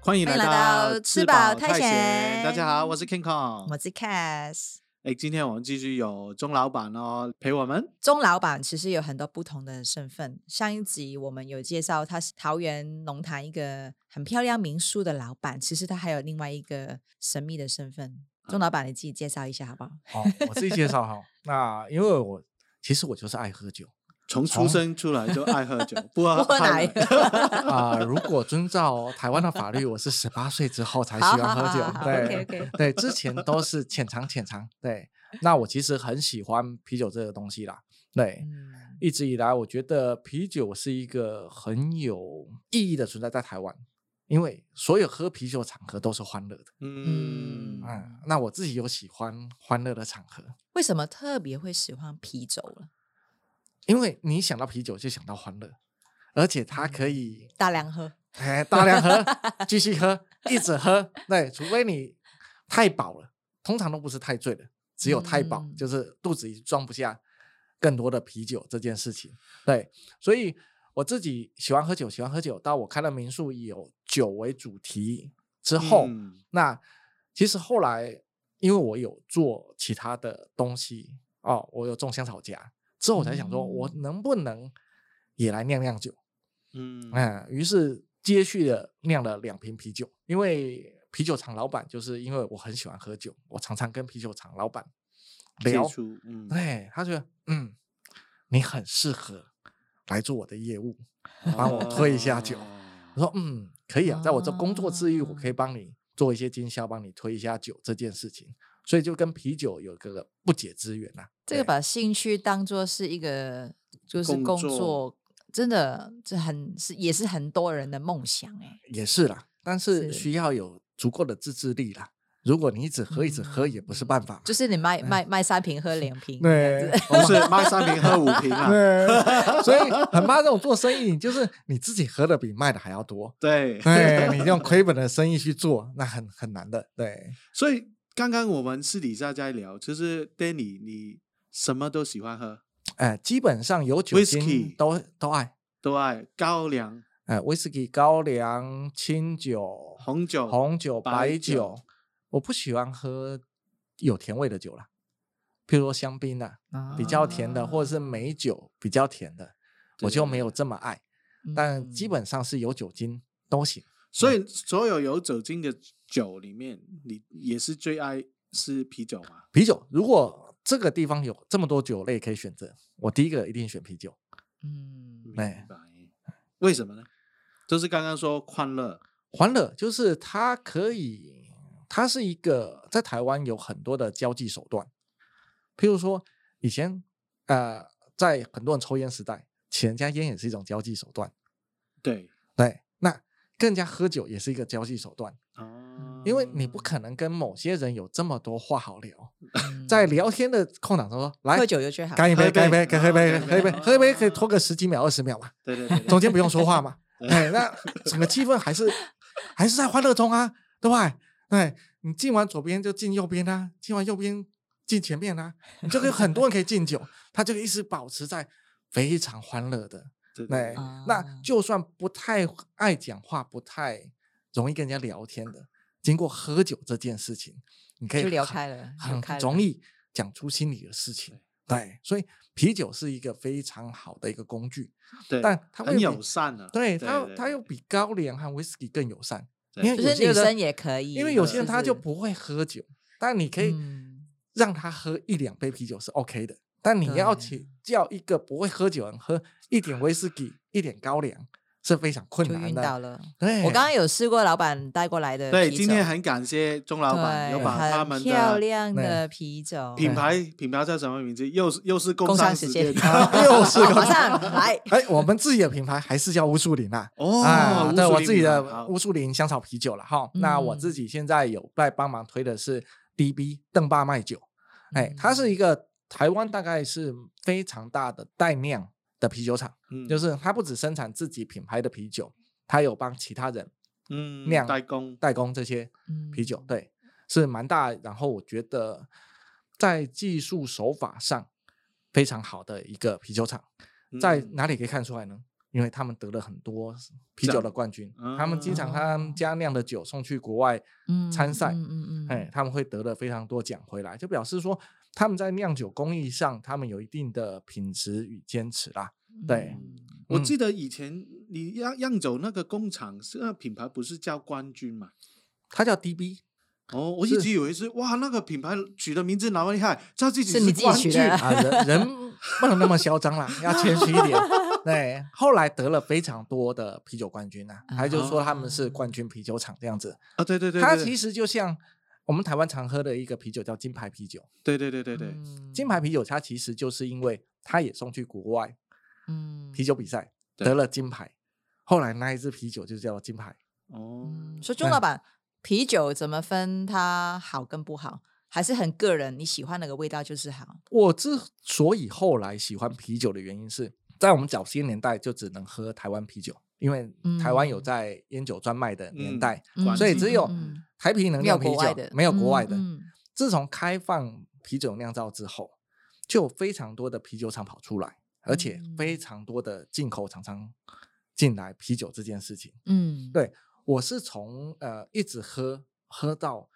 欢迎来欢迎来到到吃吃饱饱太太闲。闲大家好，我是 King 哦 Kong 我。是 Cass。哎，今天我们继续有钟老板哦陪我们。钟老板其实有很多不同的身份。上一集我们有介绍，他是桃园龙潭一个很漂亮民宿的老板，其实他还有另外一个神秘的身份。嗯钟老板，你自己介绍一下好 不好？好，我自己介绍好。那因为我其实我就是爱喝酒从出生出来就爱喝酒， 不喝喝奶啊、如果遵照台湾的法律，我是十八岁之后才好喜欢好喝好酒好。好对 OK，OK 对，之前都是浅尝浅尝。对，那我其实很喜欢啤酒这个东西啦。对， 嗯，一直以来我觉得啤酒是一个很有意义的存在，在台湾，因为所有喝啤酒的场合都是欢乐的。嗯嗯，嗯，那我自己有喜欢欢乐的场合，为什么特别会喜欢啤酒了？因为你想到啤酒就想到欢乐，而且嗯它可以大量喝，哎，大量喝，继续喝，一直喝。对，除非你太饱了，通常都不是太醉了，只有太饱，嗯就是肚子已经装不下更多的啤酒这件事情。对，所以我自己喜欢喝酒，喜欢喝酒。到我开了民宿，以有酒为主题之后，嗯那其实后来因为我有做其他的东西哦，我有种香草荚，之后我才想说，我嗯能不能也来酿酿酒？嗯嗯，于是接续的酿了两瓶啤酒，因为啤酒厂老板就是因为我很喜欢喝酒，我常常跟啤酒厂老板接聊，哎触嗯对，他觉得嗯，你很适合来做我的业务，帮我推一下酒。我说嗯，可以啊，在我这工作之余，我哦可以帮你做一些经销，帮你推一下酒这件事情，所以就跟啤酒有个不解之缘啦、啊。这个对把兴趣当做是一个就是工工作作，真的这很是也是很多人的梦想哎、也是啦，但是是需要有足够的自制力啦。如果你一直喝一直嗯喝也不是办法嘛，就是你 哎卖卖卖三瓶喝两瓶，对，不 哦是卖三瓶喝五瓶啊，对， 所以很怕这种做生意，就是你自己喝的比卖的还要 多，对， 对哎你用亏本的生意去做，那很很难的。对，所以刚刚我们私底下在聊，就是 Danny，你什么都喜欢喝，呃，基本上有酒 Whisky 精都都爱，对，高粱、呃，威士忌、高粱、清酒、红酒、红酒、白酒白酒，我不喜欢喝有甜味的酒啦，譬如说香槟啊，比较甜的，或者是美酒比较甜的，我就没有啊这么爱，嗯，但基本上是有酒精都行。所以所有有酒精的酒里面，你也是最爱是啤酒嘛？啤酒，如果这个地方有这么多酒类可以选择，我第一个一定选啤酒。 嗯，哎明白。为什么呢？就是刚刚说欢乐，欢乐就是它可以，它是一个在台湾有很多的交际手段，譬如说以前呃，在很多人抽烟时代，请人家烟也是一种交际手段，对，对，那跟人家喝酒也是一个交际手段，哦，因为你不可能跟某些人有这么多话好聊，嗯在聊天的空档中说来喝酒就最好，干一喝一杯，干一杯杯，干一杯，啊喝干一杯，一杯喝一杯可以啊拖个十几秒、二十秒嘛。对对对对，中间不用说 话嘛对，哎，那整个气氛还是还是在欢乐中啊，对吧？对，你进完左边就进右边啊，进完右边进前面啊，你就可以很多人可以 敬酒，他就一直保持在非常欢乐的。对对对，啊那就算不太爱讲话，不太容易跟人家聊天的，经过喝酒这件事情，你可以就聊很开了，聊很开了，容易讲出心里的事情。对，所以啤酒是一个非常好的一个工具。对但它会很比友善啊，对它，对它又比高粱和威士忌更友善，对因为就有是些女人生也可以，因为有些人他就是不会喝酒，但你可以嗯让他喝一两杯啤酒是 OK 的，但你要对请叫一个不会喝酒的人喝一点威士忌、一点高粱是非常困就难晕倒的。了。对，我刚刚有试过老板带过来的对，啤酒，今天很感谢钟老板对有把他很们漂的亮对的啤酒，品牌品牌叫什么名字？又是又是工商时间 间， 啊又是好工马商上来，哎，我们自己的品牌还是叫乌树林啊。哦啊，，对乌苏我里自己米兰的好乌树林香草啤酒了哈。那我嗯自己现在有在帮忙推的是 DB 邓爸卖酒，哎，它嗯是一个台湾大概是非常大的代酿的啤酒厂，嗯就是它不只生产自己品牌的啤酒，它有帮其他人嗯酿代工，代工这些 啤嗯酒，对，是蛮大。然后我觉得在技术手法上非常好的一个啤酒厂，在嗯哪里可以看出来呢？因为他们得了很多啤酒的冠军，嗯他们经常他们家酿的酒送去国外嗯参赛，嗯嗯嗯，哎，他们会得了非常多奖回来，就表示说他们在酿酒工艺上，他们有一定的品质与坚持啦。嗯对我嗯记得以前你酿酿酒那个工厂是那品牌不是叫冠军嘛？它叫 DB，哦，我一直以为是哇，那个品牌取的名字哪么厉害，知道自己是你自己冠取军的啊，人人不能那么嚣张啦，要谦虚一点。对，后来得了非常多的啤酒冠军啊，他就说他们是冠军啤酒厂这样子。啊，哦对对对，它对其实就像我们台湾常喝的一个啤酒叫金牌啤酒，对对对对对，嗯金牌啤酒它其实就是因为它也送去国外嗯啤酒比赛对得了金牌，后来那一支啤酒就叫金牌。哦，嗯所以钟老板，啤酒怎么分它好跟不好，还是很个人，你喜欢哪个味道就是好。我之所以后来喜欢啤酒的原因是，在我们早些年代就只能喝台湾啤酒，因为台湾有嗯在烟酒专卖的年嗯代，管所以制只有嗯嗯台啤能没有酿啤国酒，外的，没有国外的。嗯嗯自从开放啤酒酿造之后，就有非常多的啤酒厂跑出来，而且嗯非常多的进口厂商进来啤酒这件事情。嗯，对我是从呃一直喝喝到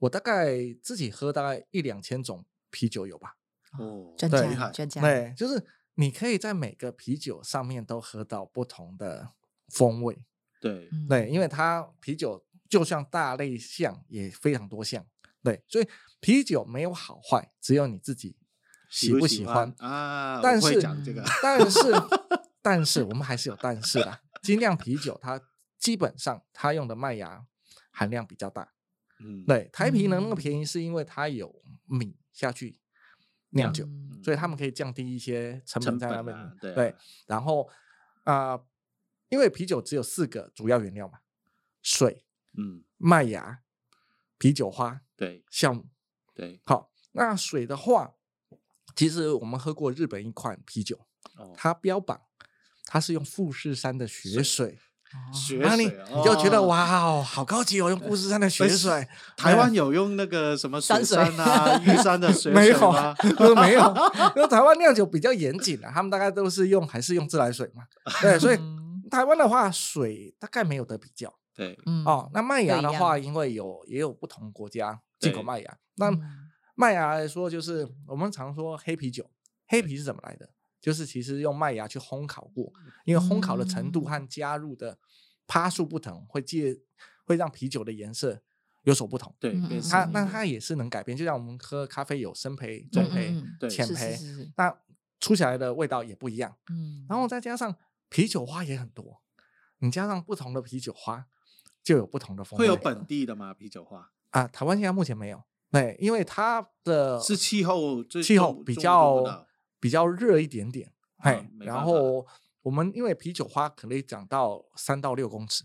我大概自己喝大概一两千种啤酒有吧。哦，真对厉假害，真假，对，就是你可以在每个啤酒上面都喝到不同的风味。对，嗯对，因为它啤酒就像大类项也非常多项，对，所以啤酒没有好坏，只有你自己喜不喜欢。啊？我但会是讲这个，但是但是我们还是有但是啦，精酿啤酒它基本上它用的麦芽含量比较大，嗯，对，台啤能那嗯么便宜是因为它有米下去酿酒，嗯所以他们可以降低一些成成本在本那边。啊对啊然后啊、呃因为啤酒只有四个主要原料嘛，水、嗯，呃麦芽、啤酒花、对酵母。对，好，那水的话，其实我们喝过日本一款啤酒，哦，它标榜它是用富士山的雪水，哦学然后你水你就觉得哦哇哎哦，好高级哦，用富士山的雪水，台湾有用那个什么山雪水山啊、玉山的水啊没水有，吗？呃没 有，因为台湾酿酒比较严谨啊，他们大概都是用还是用自来 水嘛，对， 所以嗯台湾的话，水大概没有得比较。对，嗯哦，那麦芽对的一话，样因为有也有不同国家进口对麦芽。那嗯麦芽来说，就是我们常说黑啤酒，黑啤是怎么来的？就是其实用麦芽去烘烤过，因为烘烤的程度和加入的趴数不同，会借会让啤酒的颜色有所不同。对嗯，变嗯它色那它也是能改变，就像我们喝咖啡有深焙、中嗯焙嗯嗯、对浅是是焙，是是，那出起来的味道也不一样。嗯，然后再加上啤酒花也很多，你加上不同的啤酒花，就有不同的风味。会有本地的嘛？啤酒花啊，台湾现在目前没有，对，因为它的是气候最气候中比中部较的比较热一点点，啊嘿，没办然法后我们因为啤酒花可以长到三到六 公尺，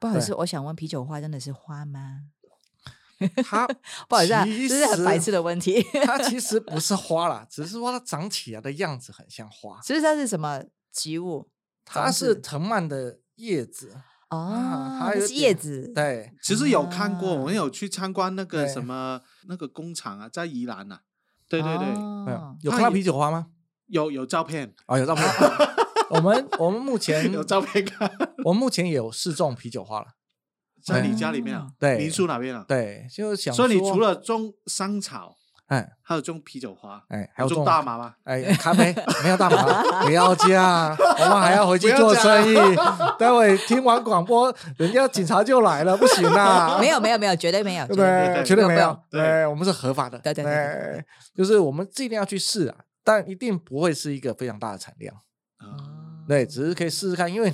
不好意对思，我想问，啤酒花真的是花 吗？它不好意思啊，其这是很白痴实的问 题。它其实不是花啦，只是说它长起来的样子很像花，其实它是什么植物？它种是子藤蔓的叶子，哦，啊它它有是叶点子。对，其实有看过，我啊们有去参观那个哦对什么那个工厂啊，在宜兰啊，对对对，没有哦有它看到也啤酒花吗？有有照片，哦，有照片。我们我们目前啊 有照 片看，我们目前也有试种啤酒花了，在你哎家里面啊，哦对民宿哪边啊？，对，就是想所说以你除了种香草，哎还有种啤酒花，哎还有种种大麻吗？哎咖啡没有大麻，不要这样，我们还要回去做生意。待会听完广播，人家警察就来了，不行 啦。哦没有没有没有，绝对没有，对绝对对没有不对？绝对没不有哎用，对对我们是合法的，对对对对哎，就是我们尽量去试啊，但一定不会是一个非常大的产量。啊，哦对，只是可以试试看，因为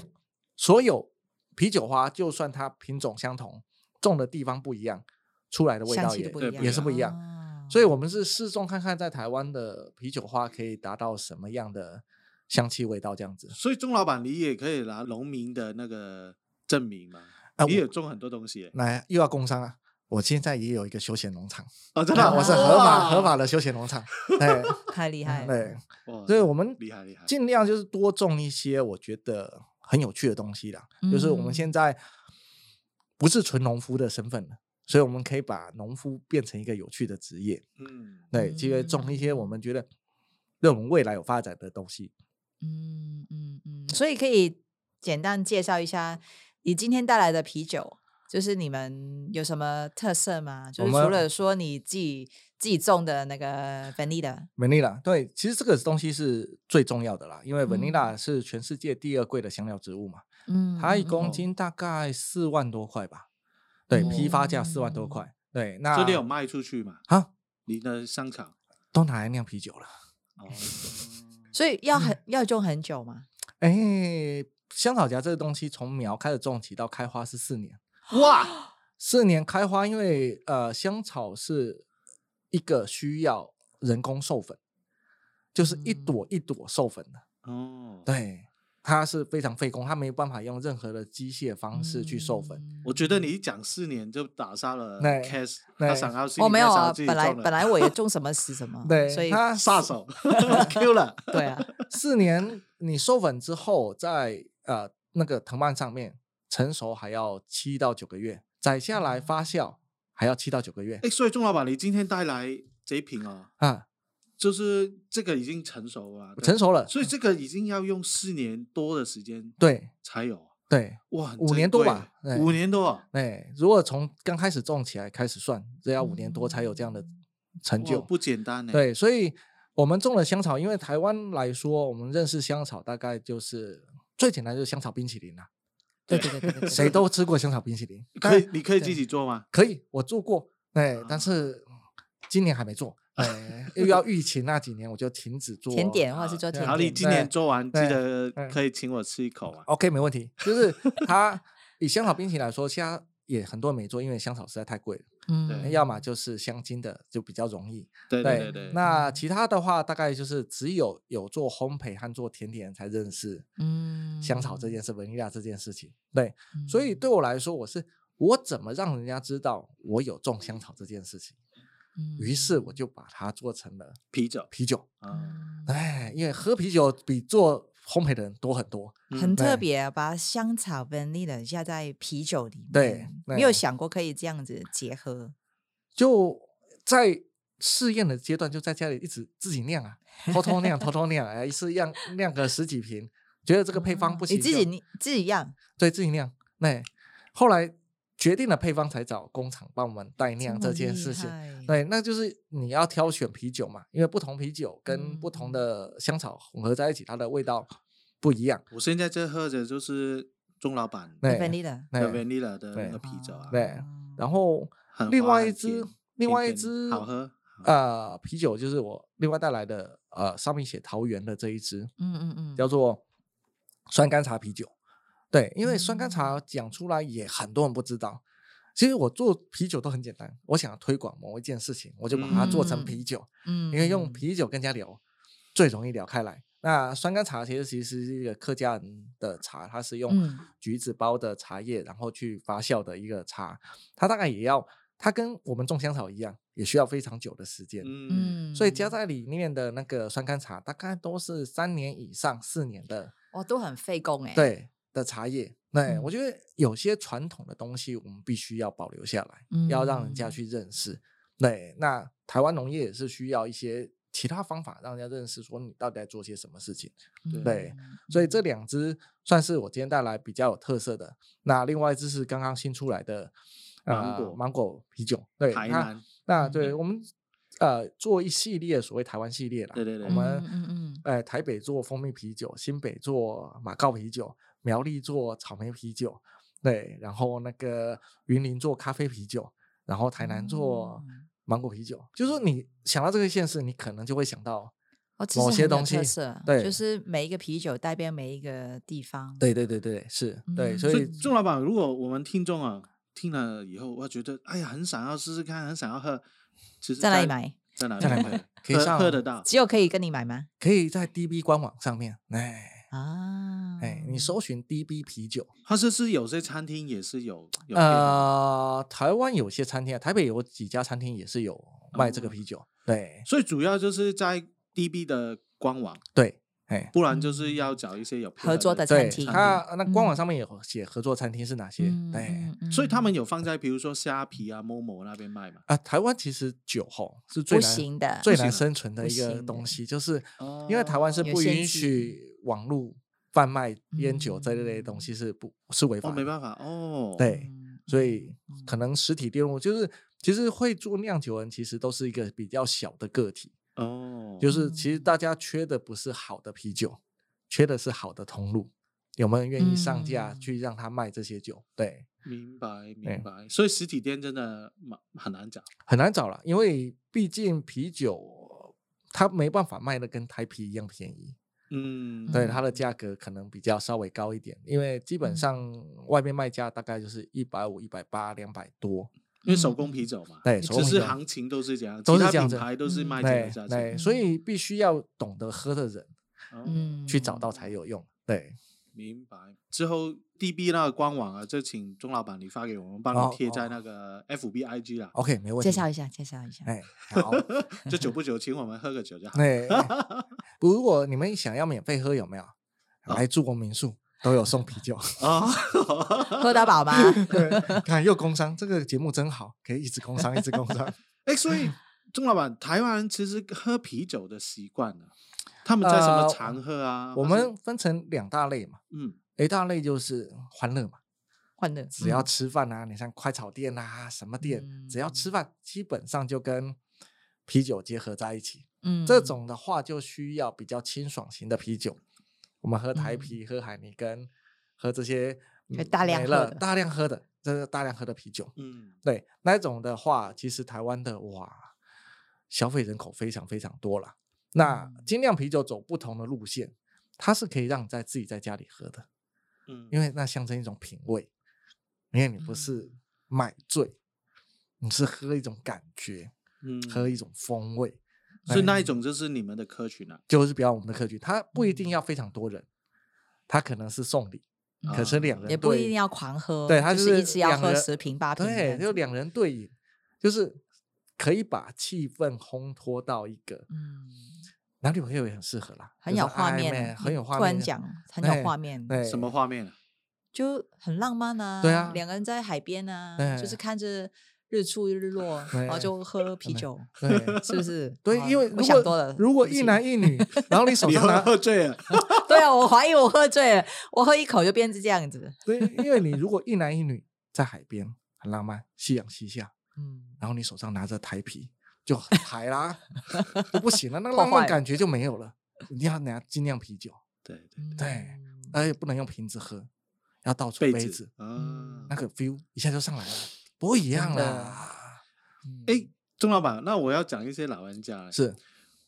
所有啤酒花，就算它品种相同，种的地方不一样，出来的味香道气也都不对一样，哦也是不一样样所以，我们是试种看看，在台湾的啤酒花可以达到什么样的香气味道这样子。所以钟老板，你也可以拿农民的那个证明嘛，啊你我嗯也种很多东西耶，来，又要工商啊！我现在也有一个休闲农场，哦，真的那啊，我是合法哇合，法的休闲 农场。对太厉害了。对，哇所以我们厉害厉害，尽量就是多种一些我觉得很有趣的东西啦。就是我们嗯现在不是纯农夫的身份了，所以我们可以把农夫变成一个有趣的职业。嗯，对，其实种一些我嗯们觉得对我们未来有发展的东西。嗯嗯嗯，所以可以简单介绍一下你今天带来的啤酒，就是你们有什么特色吗？就是我除们了说你自己自己种的那个 vanilla， v a n i l 对，其实这个东西是最重要的啦，因为嗯 vanilla 是全世界第二贵的香料植物嘛，嗯，它一嗯公嗯斤大概四万多块吧，对，批发价四万多块，对，那这里有卖出去嘛？啊，你的商场都拿来酿啤酒了， 哦，所以要嗯很要种很久嘛。哎，香草荚这个东西从苗开始种起到开花是四年，哇，四年开花，因为呃，香草是一个需要人工授粉，就是一嗯朵一朵授粉的，哦，对，它是非常费工，它没办法用任何的机械方式去授粉。嗯我觉得你一讲四年就打杀了那 Cass，那，他想要我、没有啊，本来本来我也种什么死什么 对，所以它嗯杀手 Q 了，对 啊，四年你授粉之后，在呃那个藤蔓上面成熟还要七到九个月，摘下来哦发酵还要七到九个月哎，所以钟老板，你今天带来这一瓶哦，啊，就是这个已经成熟了，对成，熟了，所以这个已经要用四年多的时间对才有，对哇，很五珍年多贵吧耶对五年多啊，哎，如果从刚开始种起来开始算，这要五年多才有这样的嗯成哇就。不简单呢，，对，所以我们种了香草，因为台湾来说，我们认识香草大概就是最简单就是香草冰淇淋啦、对对对对对对，谁都吃过香草冰淇淋，可但以，你可以对自己做吗？可以，我做过，哎，啊但是今年还没做，哎，又要疫情那几年我就停止做甜点或者是做对甜然后你点，今年做完，记对哦得对可以请我吃一口啊。 OK，没问题。就是它以香草冰淇淋来说，现在也很多人没做，因为香草实在太贵了。对嗯，要么就是香精的就比较容易，对对对，嗯那其他的话，大概就是只有有做烘焙和做甜点才认识嗯香草这件事、文尼亚这件事情。对，所以对我来说，我是我怎么让人家知道我有种香草这件事情？嗯于是我就把它做成了啤酒啤酒。嗯啊，哎，因为喝啤酒比做烘焙的人多很多。嗯很特对别、啊，把香草 vanilla 加在啤酒里面，对没有对想过可以这样子结合。就在试验的阶段，就在家里一直自己酿啊，偷偷酿，偷偷酿，哎，一次酿酿个十几瓶，觉得这个配方不哦行你就，自己你自己酿，对自己酿。那、后来决定了配方，才找工厂帮我们代酿么这件厉事情。害，对，那就是你要挑选啤酒嘛，因为不同啤酒跟不嗯同的香草混合在一起，它的味道不一样。我现在这喝着就是钟老板对 vanilla 的那 vanilla 的那对个啤酒啊，对哦然后很另滑外很一支甜，另外一甜甜支好喝，呃啤酒就是我另外带来的呃上面写桃园的这一支，嗯嗯叫做酸甘茶啤酒。对，因为酸甘嗯茶讲出来也很多人不知道。其实我做啤酒都很简单，我想要推广某一件事情，我就把它做成啤酒，嗯，因为用嗯啤酒跟人家聊最容易聊开来。那酸甘茶其实其实是一个客家人的茶，它是用嗯橘子包的茶叶，然后去发酵的一个茶，它大概也要，它跟我们种香草一样，也需要非常久的时间。嗯，嗯，所以加在里面的那个酸甘茶，大概都是三年以上、四年的哦都很费工哎、，对的茶叶。对，嗯我觉得有些传统的东西，我们必须要保留下来，要让人家嗯去认识。对，那台湾农业也是需要一些其他方法，让人家认识说你到底在做些什么事情。对嗯所以这两只算是我今天带来比较有特色的。那另外一只是刚刚新出来的呃芒果芒果啤酒，对，台它南那嗯对我们呃做一系列所谓台湾系列啦，对对对我们嗯嗯嗯呃台北做蜂蜜啤酒，新北做马告啤酒，苗栗做草莓啤酒，对，然后那个云林做咖啡啤酒，然后台南做嗯芒果啤酒。就是说你想到这个县市，你可能就会想到，哦，其某实些很有东特西色对就是每一个啤酒代表每一个地方，，对对对对，是对，嗯所所以以钟老板，如果我们听众啊听了以后，我觉得哎呀，很想要试试看，很想要喝，其实在哪里买？在哪里在哪里买买？可以喝上喝得到，只有可以跟你买吗？可以在 DB 官网上面，哎啊，哎，你搜寻 DB 啤酒，它是不是有些餐厅也是有有配合呃，台湾有些餐厅，台北有几家餐厅也是有卖这个哦啤酒，对所以主要就是在 DB 的官网，对，哎。不然就是要找一些有配嗯合作的餐对餐，厅它那官网嗯上面有写合作餐厅是哪些？嗯对、嗯嗯所以他们有放在比如说虾皮啊、某某那边卖嘛。啊，台湾其实酒吼是最不难行的，最不行难的生存的不一个行的哦东西，就是因为台湾是有不限允制许网络贩卖烟酒这一类的嗯东西是不是违法哦，的？没办法哦，对，所以嗯可能实体店铺就是其实会做酿酒人，其实都是一个比较小的个体，哦，就是其实大家缺的不是好的啤酒，缺的是好的通路，有没有人愿意上架嗯去让他卖这些酒？对，明白对明白，所以实体店真的蛮很难讲很难找了，因为毕竟啤酒它没办法卖的跟台啤一样便宜，嗯，对它的价格可能比较稍微高一点，因为基本嗯上外面卖价大概就是一百五、一百八、两百多，因为手工啤酒嘛，嗯对，只手只工啤是酒行情都是这样，都其是他这样品子牌都是嗯卖这个对价钱，对，所以必须要懂得喝的人哦嗯，去找到才有用，对。明白。之后 DB 那个官网啊，就请钟老板你发给我们，帮哦你贴在哦那个 FBIG 啦。 OK，没问题。介绍一下，介绍一下。哎，好， 就久不久请我们喝个酒就好。 哎，哎如果你们想要免费喝，有没有哦来住过民宿？都有送 啤酒，啊， 喝到 饱吗？对看又工商，这个节目真好，可以一直工商，一直 工商。哎，所以钟老板，台湾人其实喝啤酒的习惯呢、他们在什么呃场合啊？我还是们分成两大类嘛，嗯，一大类就是欢乐嘛，换的，只要吃饭啊，你像快炒店啊，什么店，只要嗯吃饭，基本上就跟啤酒结合在一起。嗯这种的话就需要比较清爽型的啤酒。我们喝台嗯啤、喝海尼根、喝这些就嗯大量美喝乐的大量喝的，这是大量喝的啤酒。嗯对，那一种的话，其实台湾的哇，消费人口非常非常多了。那嗯精酿啤酒走不同的路线，它是可以让你在自己在家里喝的，嗯，因为那象征一种品味，因为你嗯不是买醉，你是喝一种感觉，嗯喝一种风味。所以那一种就是你们的客群啊。就是比较我们的客群，他不一定要非常多人，他可能是送礼，嗯可啊是两人也不一对定要狂喝，对，他就是一次要两喝人十瓶八瓶这对，样就子两人对饮，就是可以把气氛烘托到一个嗯，男女朋友也很适合啦，很就有是画暧面昧啊，很有画面，哎突然讲很有画面，对什么画面啊？就很浪漫啊。对啊两个人在海边啊，就是对看着日出日落，然后对就喝啤对酒，对。是不是？对，哦因为我如想多了果。如果对不一起男一女，然后 你手你上喝拿喝醉 了，对啊，我怀疑我喝醉了，我喝一口就变成这样子。对，因为你如果一男一女在海边很浪漫，夕阳西下，嗯，然后你手上拿着台啤， 就很台啦，就不行了，那个破浪漫坏感觉就没有了。一定要拿精酿啤酒，对对，对嗯，而且不能用瓶子喝，要倒出被杯子子，啊嗯。那个 feel 一下就上来了，不一样真的啦。嗯哎，钟老板，那我要讲一些老人家了。是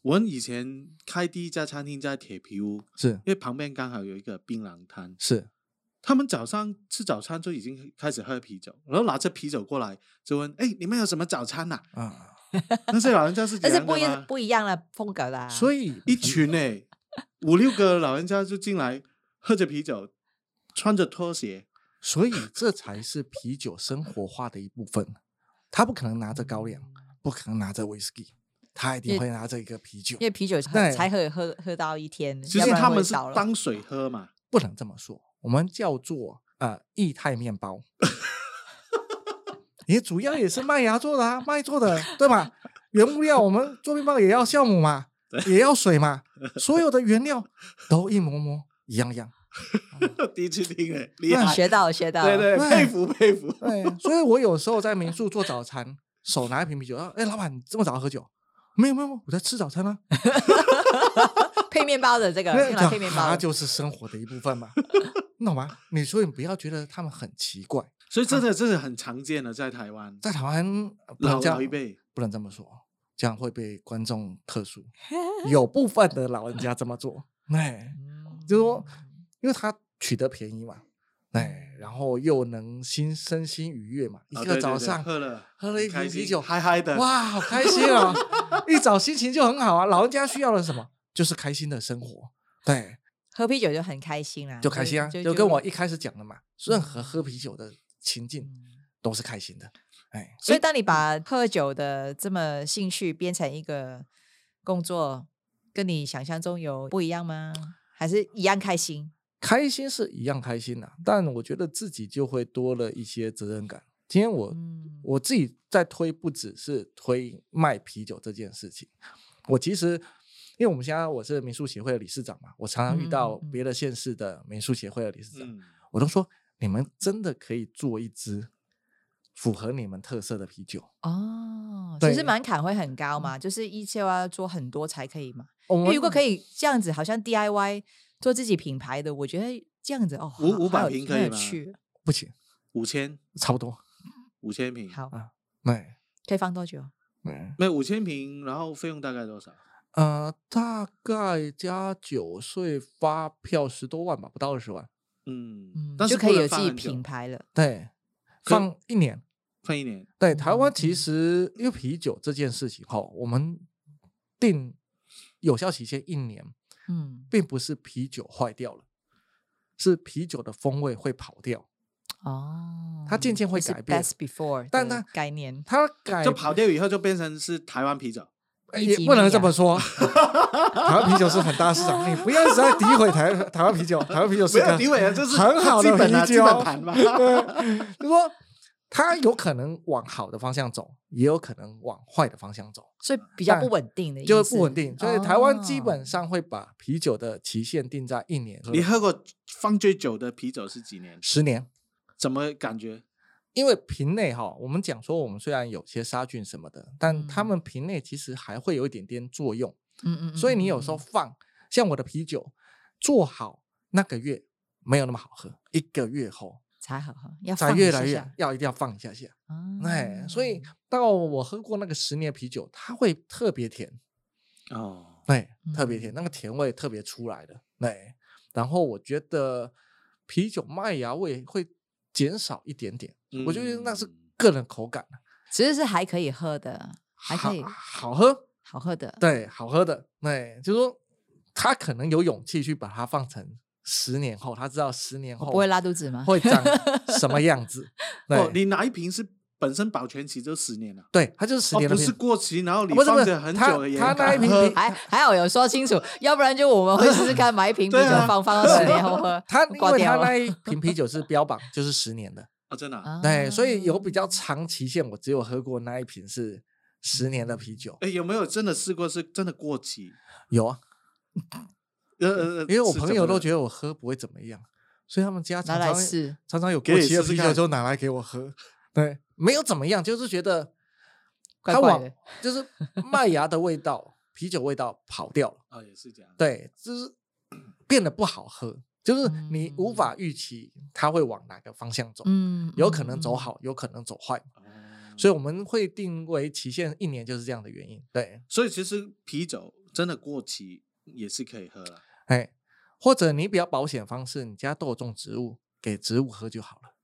我们以前开第一家餐厅在铁皮屋，是因为旁边刚好有一个槟榔摊，是，他们早上吃早餐就已经开始喝啤酒，然后拿着啤酒过来就问：“哎，你们有什么早餐呐、啊，那些老人家是 这但是样不的一吗？不一样的风格啦。所以 一群哎、五六个老人家就进来，喝着啤酒，穿着拖鞋，所以这才是啤酒生活化的一部分。他不可能拿着高粱，不可能拿着 whisky，他一定也会拿着一个啤酒因。为啤酒才对才喝喝喝到一天，其要实不然他会们是倒了当水喝嘛。 不能这么说，我们叫做呃液态面包，也主要也是麦芽做的啊，麦做的，对吧？原物料我们做面包也要酵母嘛，也要水嘛，所有的原料都一模模一样样。第一次听哎、厉那害，啊学到了学到了，对对，对佩服佩 服。对，所以我有时候在民宿做早餐，手拿一瓶啤酒，哎，老板，你这么早喝酒？没有没有，没有我在吃早餐啊。配面包的这个用来配面包它的，啊就是生活的一部分嘛， 你懂吗？你所以你不要觉得他们很奇怪，所以这个真的很常见的，在台湾在台湾呃不老能这样老一辈，不能这么说，这样会被观众特殊。有部分的老人家这么做，哎，嗯就是说，因为他取得便宜嘛，哎，然后又能心身心愉悦嘛，一啊对个对早对上喝了喝了一很开瓶啤心酒嗨嗨的，哇，好开心啊！一早心情就很好啊。老人家需要的是什么？就是开心的生活，对，喝啤酒就很开心啦，就开心啊，就就跟我一开始讲的嘛，任何喝啤酒的情境嗯都是开心的，哎，所以当你把喝酒的这么兴趣变成一个工作，跟你想象中有不一样吗？还是一样开心？开心是一样开心的、但我觉得自己就会多了一些责任感。今天我、嗯我自己在推，不只是推卖啤酒这件事情，我其实因为我们现在我是民宿协会的理事长嘛，我常常遇到嗯嗯嗯别的县市的民宿协会的理事长，嗯，我都说你们真的可以做一支符合你们特色的啤酒。哦，其实对嗯门槛会很高嘛，就是一切要做很多才可以嘛。哦我因们为如果可以这样子，好像 DIY 做自己品牌的，我觉得这样子哦，五好五百好有平很可以有吗趣不行，五千差不多。五千平，好，啊对，可以放多久？嗯没有五千平，然后费用大概多少？呃，大概加酒税发票十多万吧，不到二十万。嗯嗯，，但是就可以不能有自放己很久品，牌了。对，可以放一年。放一年，对，台湾嗯其实因为啤酒这件事情哈，我们定有效期限一年，嗯，并不是啤酒坏掉了，是啤酒的风味会跑掉，哦，它渐渐会就是改变 Best before，但的它概念它改就跑掉以后就变成是台湾啤酒。哎一也级不能米这啊 么说。台湾啤酒是很大市场，你不要一直在诋毁台台湾啤酒，台湾啤酒不是要个诋毁啊，这是很好的哦基本啊，啤基酒本盘嘛。对，就说它有可能往好的方向走，也有可能往坏的方向走，所以比较但不稳定的意思，就是不稳定。所以台湾基哦本上会把啤酒的期限定在一年，你喝过放最久的啤酒是几年？十年。怎么感觉？因为瓶内哈，我们讲说我们虽然有些杀菌什么的，但他嗯们瓶内其实还会有一点点作用，嗯嗯嗯，所以你嗯有时候嗯放，像我的啤酒做好那个月没有那么好喝，一个月后才好喝，要才放越一下来越下要一定要放一下下。哦哎，所以到我喝过那个十年啤酒，它会特别甜，哦，对，特别甜，嗯那个甜味特别出来的，对。然后我觉得啤酒麦芽味会减少一点点，我觉得那是嗯个人口感，啊其实是还可以喝的，还可以好好嗯喝，好喝的，对，好喝的，对，就是说他可能有勇气去把它放成十年后，他知道十年我后不会拉肚子吗？ 会长什么 样子，哦，对，你哪一瓶是本身保全期就十年了？对，它就是十哦，年的不啤是酒。过期，然后你不是不放是着很它久了也它那一敢瓶喝啤，还还好有说清楚，要不然就我们会试试看买一瓶啤酒对啊放放到十年后喝 它因挂为它掉那了。 一瓶啤酒是标榜就是十年的，啊，真的啊。对，所以有比较啊长期限，我只有喝过那一瓶是十年的啤嗯酒，哎，有没有真的试过是真的过期？有啊，呃呃，因为我朋友都觉得得我喝不会怎么样，所以他们家拿常来常试，常常有给过你期的试试啤酒看就拿来给我喝，对，没有怎么样，就是觉得怪它怪往的就是麦芽的味道、啤酒味道跑掉了，啊，也是这样。对，就是变得不好喝，就是你无嗯法预期它会往哪个方向走，嗯，有可能走嗯，好，有可能走坏。哦，所以我们会定为期限一年，就是这样的原因。对，所以其实啤酒真的过期也是可以喝了。哎，或者你比较保险方式，你家都有种植物，给植物喝就好了，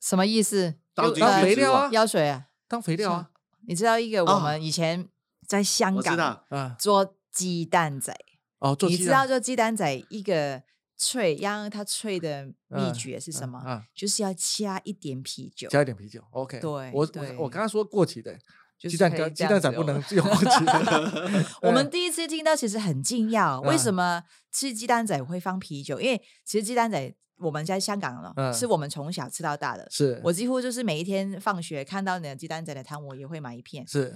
什么意思？倒有呃进当去肥之料后啊药水啊？当肥料啊。你知道一个哦我们以前在香我知港道，啊，做鸡蛋仔，哦，做你鸡知道蛋做鸡蛋仔一个脆让它脆的秘嗯诀是什嗯么？啊，就是要加一点啤酒，加一点啤酒，OK。对我对我我刚刚说过期的就鸡是蛋可以羹，这样鸡蛋仔子不哦能用过期的 。我们第一次听到，其实很惊讶，为什嗯么吃鸡蛋仔会放啤酒？因为其实鸡蛋仔我们在香港了，嗯是我们从小吃到大的对。是我几乎就是每一天放学看到你的鸡蛋仔的摊，我也会买一片。是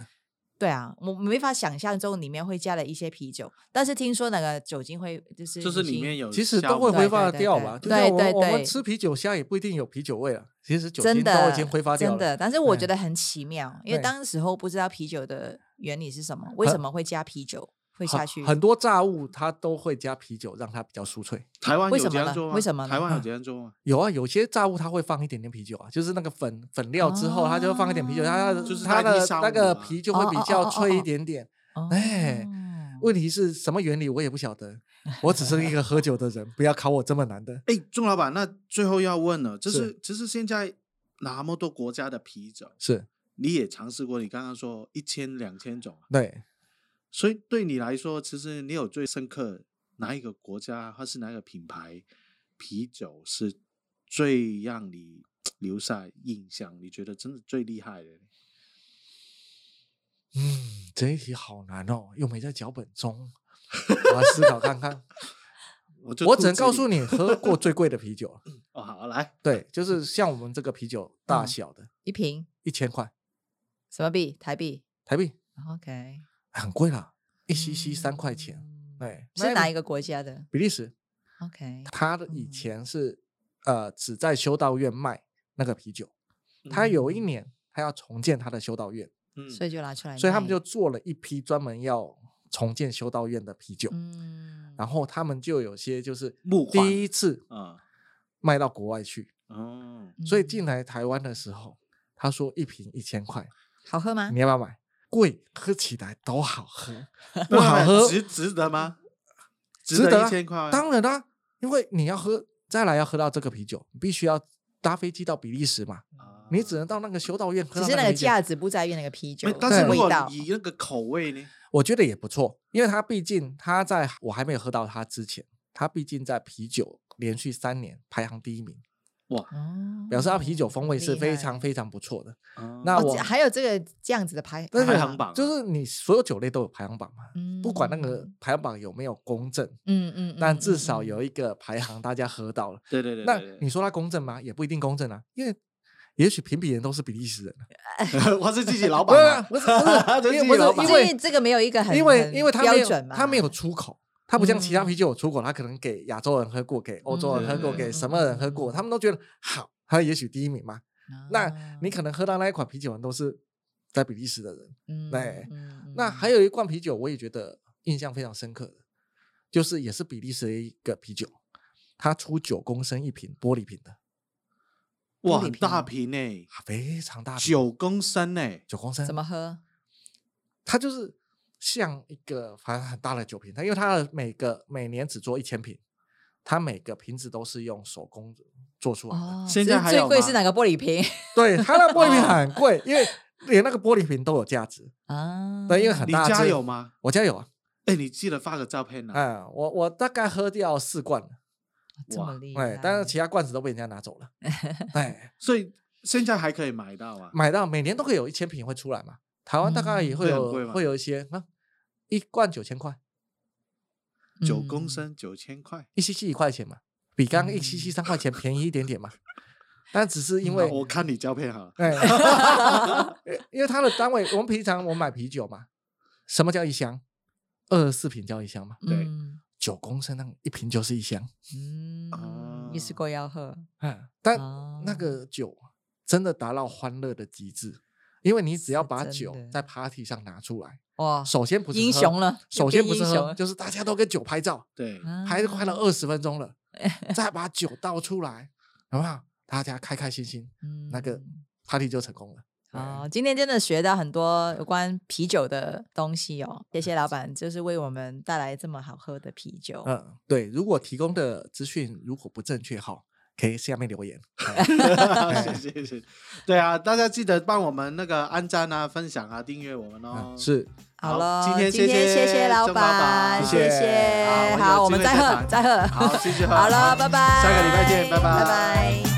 对啊，我没法想象中里面会加了一些啤酒，但是听说那个酒精会就是就是已里经面有其实酵都会母呃对挥对发对掉对吧？就对像我们对我们对吃啤酒虾也不一定有啤酒味了，其实酒真精的都已经挥发掉真了。嗯的，但是我觉对得很奇妙，因为对当时候不知道啤酒的原理是什么，为什很么会加啤酒会很下去？很多炸物它都会加啤酒，让它比较酥脆。台湾为有什这么样呢做吗？为什么台呢湾有这样做吗？有啊，有些炸物它会放一点点啤酒啊，就是那个粉粉料之后，它就会放一点啤酒，它哦就是它代替的沙那姆个啊皮就会比较脆一点点。哎哦问题是什么原理我也不晓得，我只是一个喝酒的人，不要考我这么难的。哎，钟老板，那最后要问了，就是是其实现在那么多国家的啤酒，是你也尝试过，你刚刚说一千两千种，啊对，所以对你来说，其实你有最深刻哪一个国家或是哪一个品牌啤酒是最让你留下印象？你觉得真的最厉害的？嗯，这一题好难哦，又没在脚本中，我要思考 看看。我就我肚只能子告里诉你，喝过最贵的 啤酒了，哦，好来，对，就是像我们这个啤嗯酒大小的，一瓶一千块什么币？台币台币， ？OK，很贵啦，一 cc 三块钱，嗯。对，是哪一个？个国家的比利时， ？OK，它的以嗯前是呃只在修道院卖那个啤酒，它有一年它要重建它的修道院，嗯，所以就拿出来，所以他们就，做了一批专门要重建修道院的啤酒，嗯，然后他们就有些就是木款第一次啊，卖到国外去， 哦，所以嗯进来台湾的时候，他说一瓶一千块，好喝吗你？要不要买？贵，喝起来都好喝，不那好还喝值值得吗？值得一啊千块吗，当然啦、因为你要喝，再来要喝到这个啤酒，你必须要搭飞机到比利时嘛，啊你只能到那个修道院喝只到是那那个啤酒价值不在于那个啤酒没，但对是的如味果道，以那个口味呢？我觉得也不错，因为它毕竟它在我还没有喝到它之前，它毕竟在啤酒连续三年排行第一名，哦表示它啤酒风味是厉非害常非常不错的。啊那哦我这还有这个这样子的排但是排行榜啊就是你所有酒类都有排行榜嘛，不管那个嗯排行榜有没有公正，嗯嗯，但嗯至嗯少嗯有一个排行大家喝到了。对对对，那对你说它公正吗？也不一定公正啊，因为也许评比人都是比利时人啊，对 我是自己老不是板嘛，不是不这是， 因自为己不老是板因因为为哦这个没有一个很因为因为很它没标准有嘛，它没有出口，它不像其他嗯啤酒有出口，它可能给亚洲人喝过，给欧洲人喝过，嗯给什么人喝过，他们都觉得好，它也许第一名嘛。那你啊可能喝到那一款啤酒，都是在比利时的人。嗯对嗯那嗯还有一罐啤酒，我也觉得印象非常深刻的，就是也是比利时的一个啤酒，它出九公升一瓶，玻璃瓶的，哇，玻璃很瓶大瓶呢，啊非常大瓶，九公升欸呢，九公升，怎么喝？它就是像一个反正很大的酒瓶，它因为它的每个每年只做一千瓶，它每个瓶子都是用手工做出来的。哦，现所在以还最有贵吗是哪个玻璃 瓶对，它的玻璃瓶很贵，因为连那个玻璃瓶都有价值。啊？对，因为很你大只。家有吗？我家有啊。哎，你记得发个照片啊！嗯，我我大概喝掉四罐了，这么哇厉害，哎，但是其他罐子都被人家拿走了。哎，所以现在还可以买到啊，买到每年都会有一千瓶会出来嘛，台湾大概也嗯会会很有、贵吗会有一些啊，一罐九千块，九公嗯升九千块，一 cc 一块钱嘛，比刚刚一 cc 三块钱嗯便宜一点点嘛，但只是因为我看你照片好了，哎，因为它的单位，我们平常我们买啤酒嘛，什么叫一箱？二十四瓶叫一箱嘛，对嗯九公升那个一瓶就是一箱。嗯，一次啊过要喝，嗯，但哦那个酒真的达到欢乐的极致，因为你只要是把真酒的在 party 上拿出来，哦哇，首先不是英喝雄了又首先变不是英雄喝，了就是大家都跟酒拍照，对，拍了快了啊，二十分钟了，再把酒倒出来，好不好？大家开开心心那个嗯 party 就成功了。对哦，今天真的学到很多有关啤酒的东西哦，谢谢老板，就是为我们带来这么好喝的啤酒。嗯，对，如果提供的资讯如果不正确哈，可以下面留言。 谢谢谢，对啊，大家记得帮我们那个按赞啊、分享啊、订阅我们哦嗯，。是，好好了，今天谢谢谢老郑老板谢谢谢谢好好，我我们们有再机会喝，再再喝，好继续喝好了，好拜拜，下个礼拜见拜拜拜拜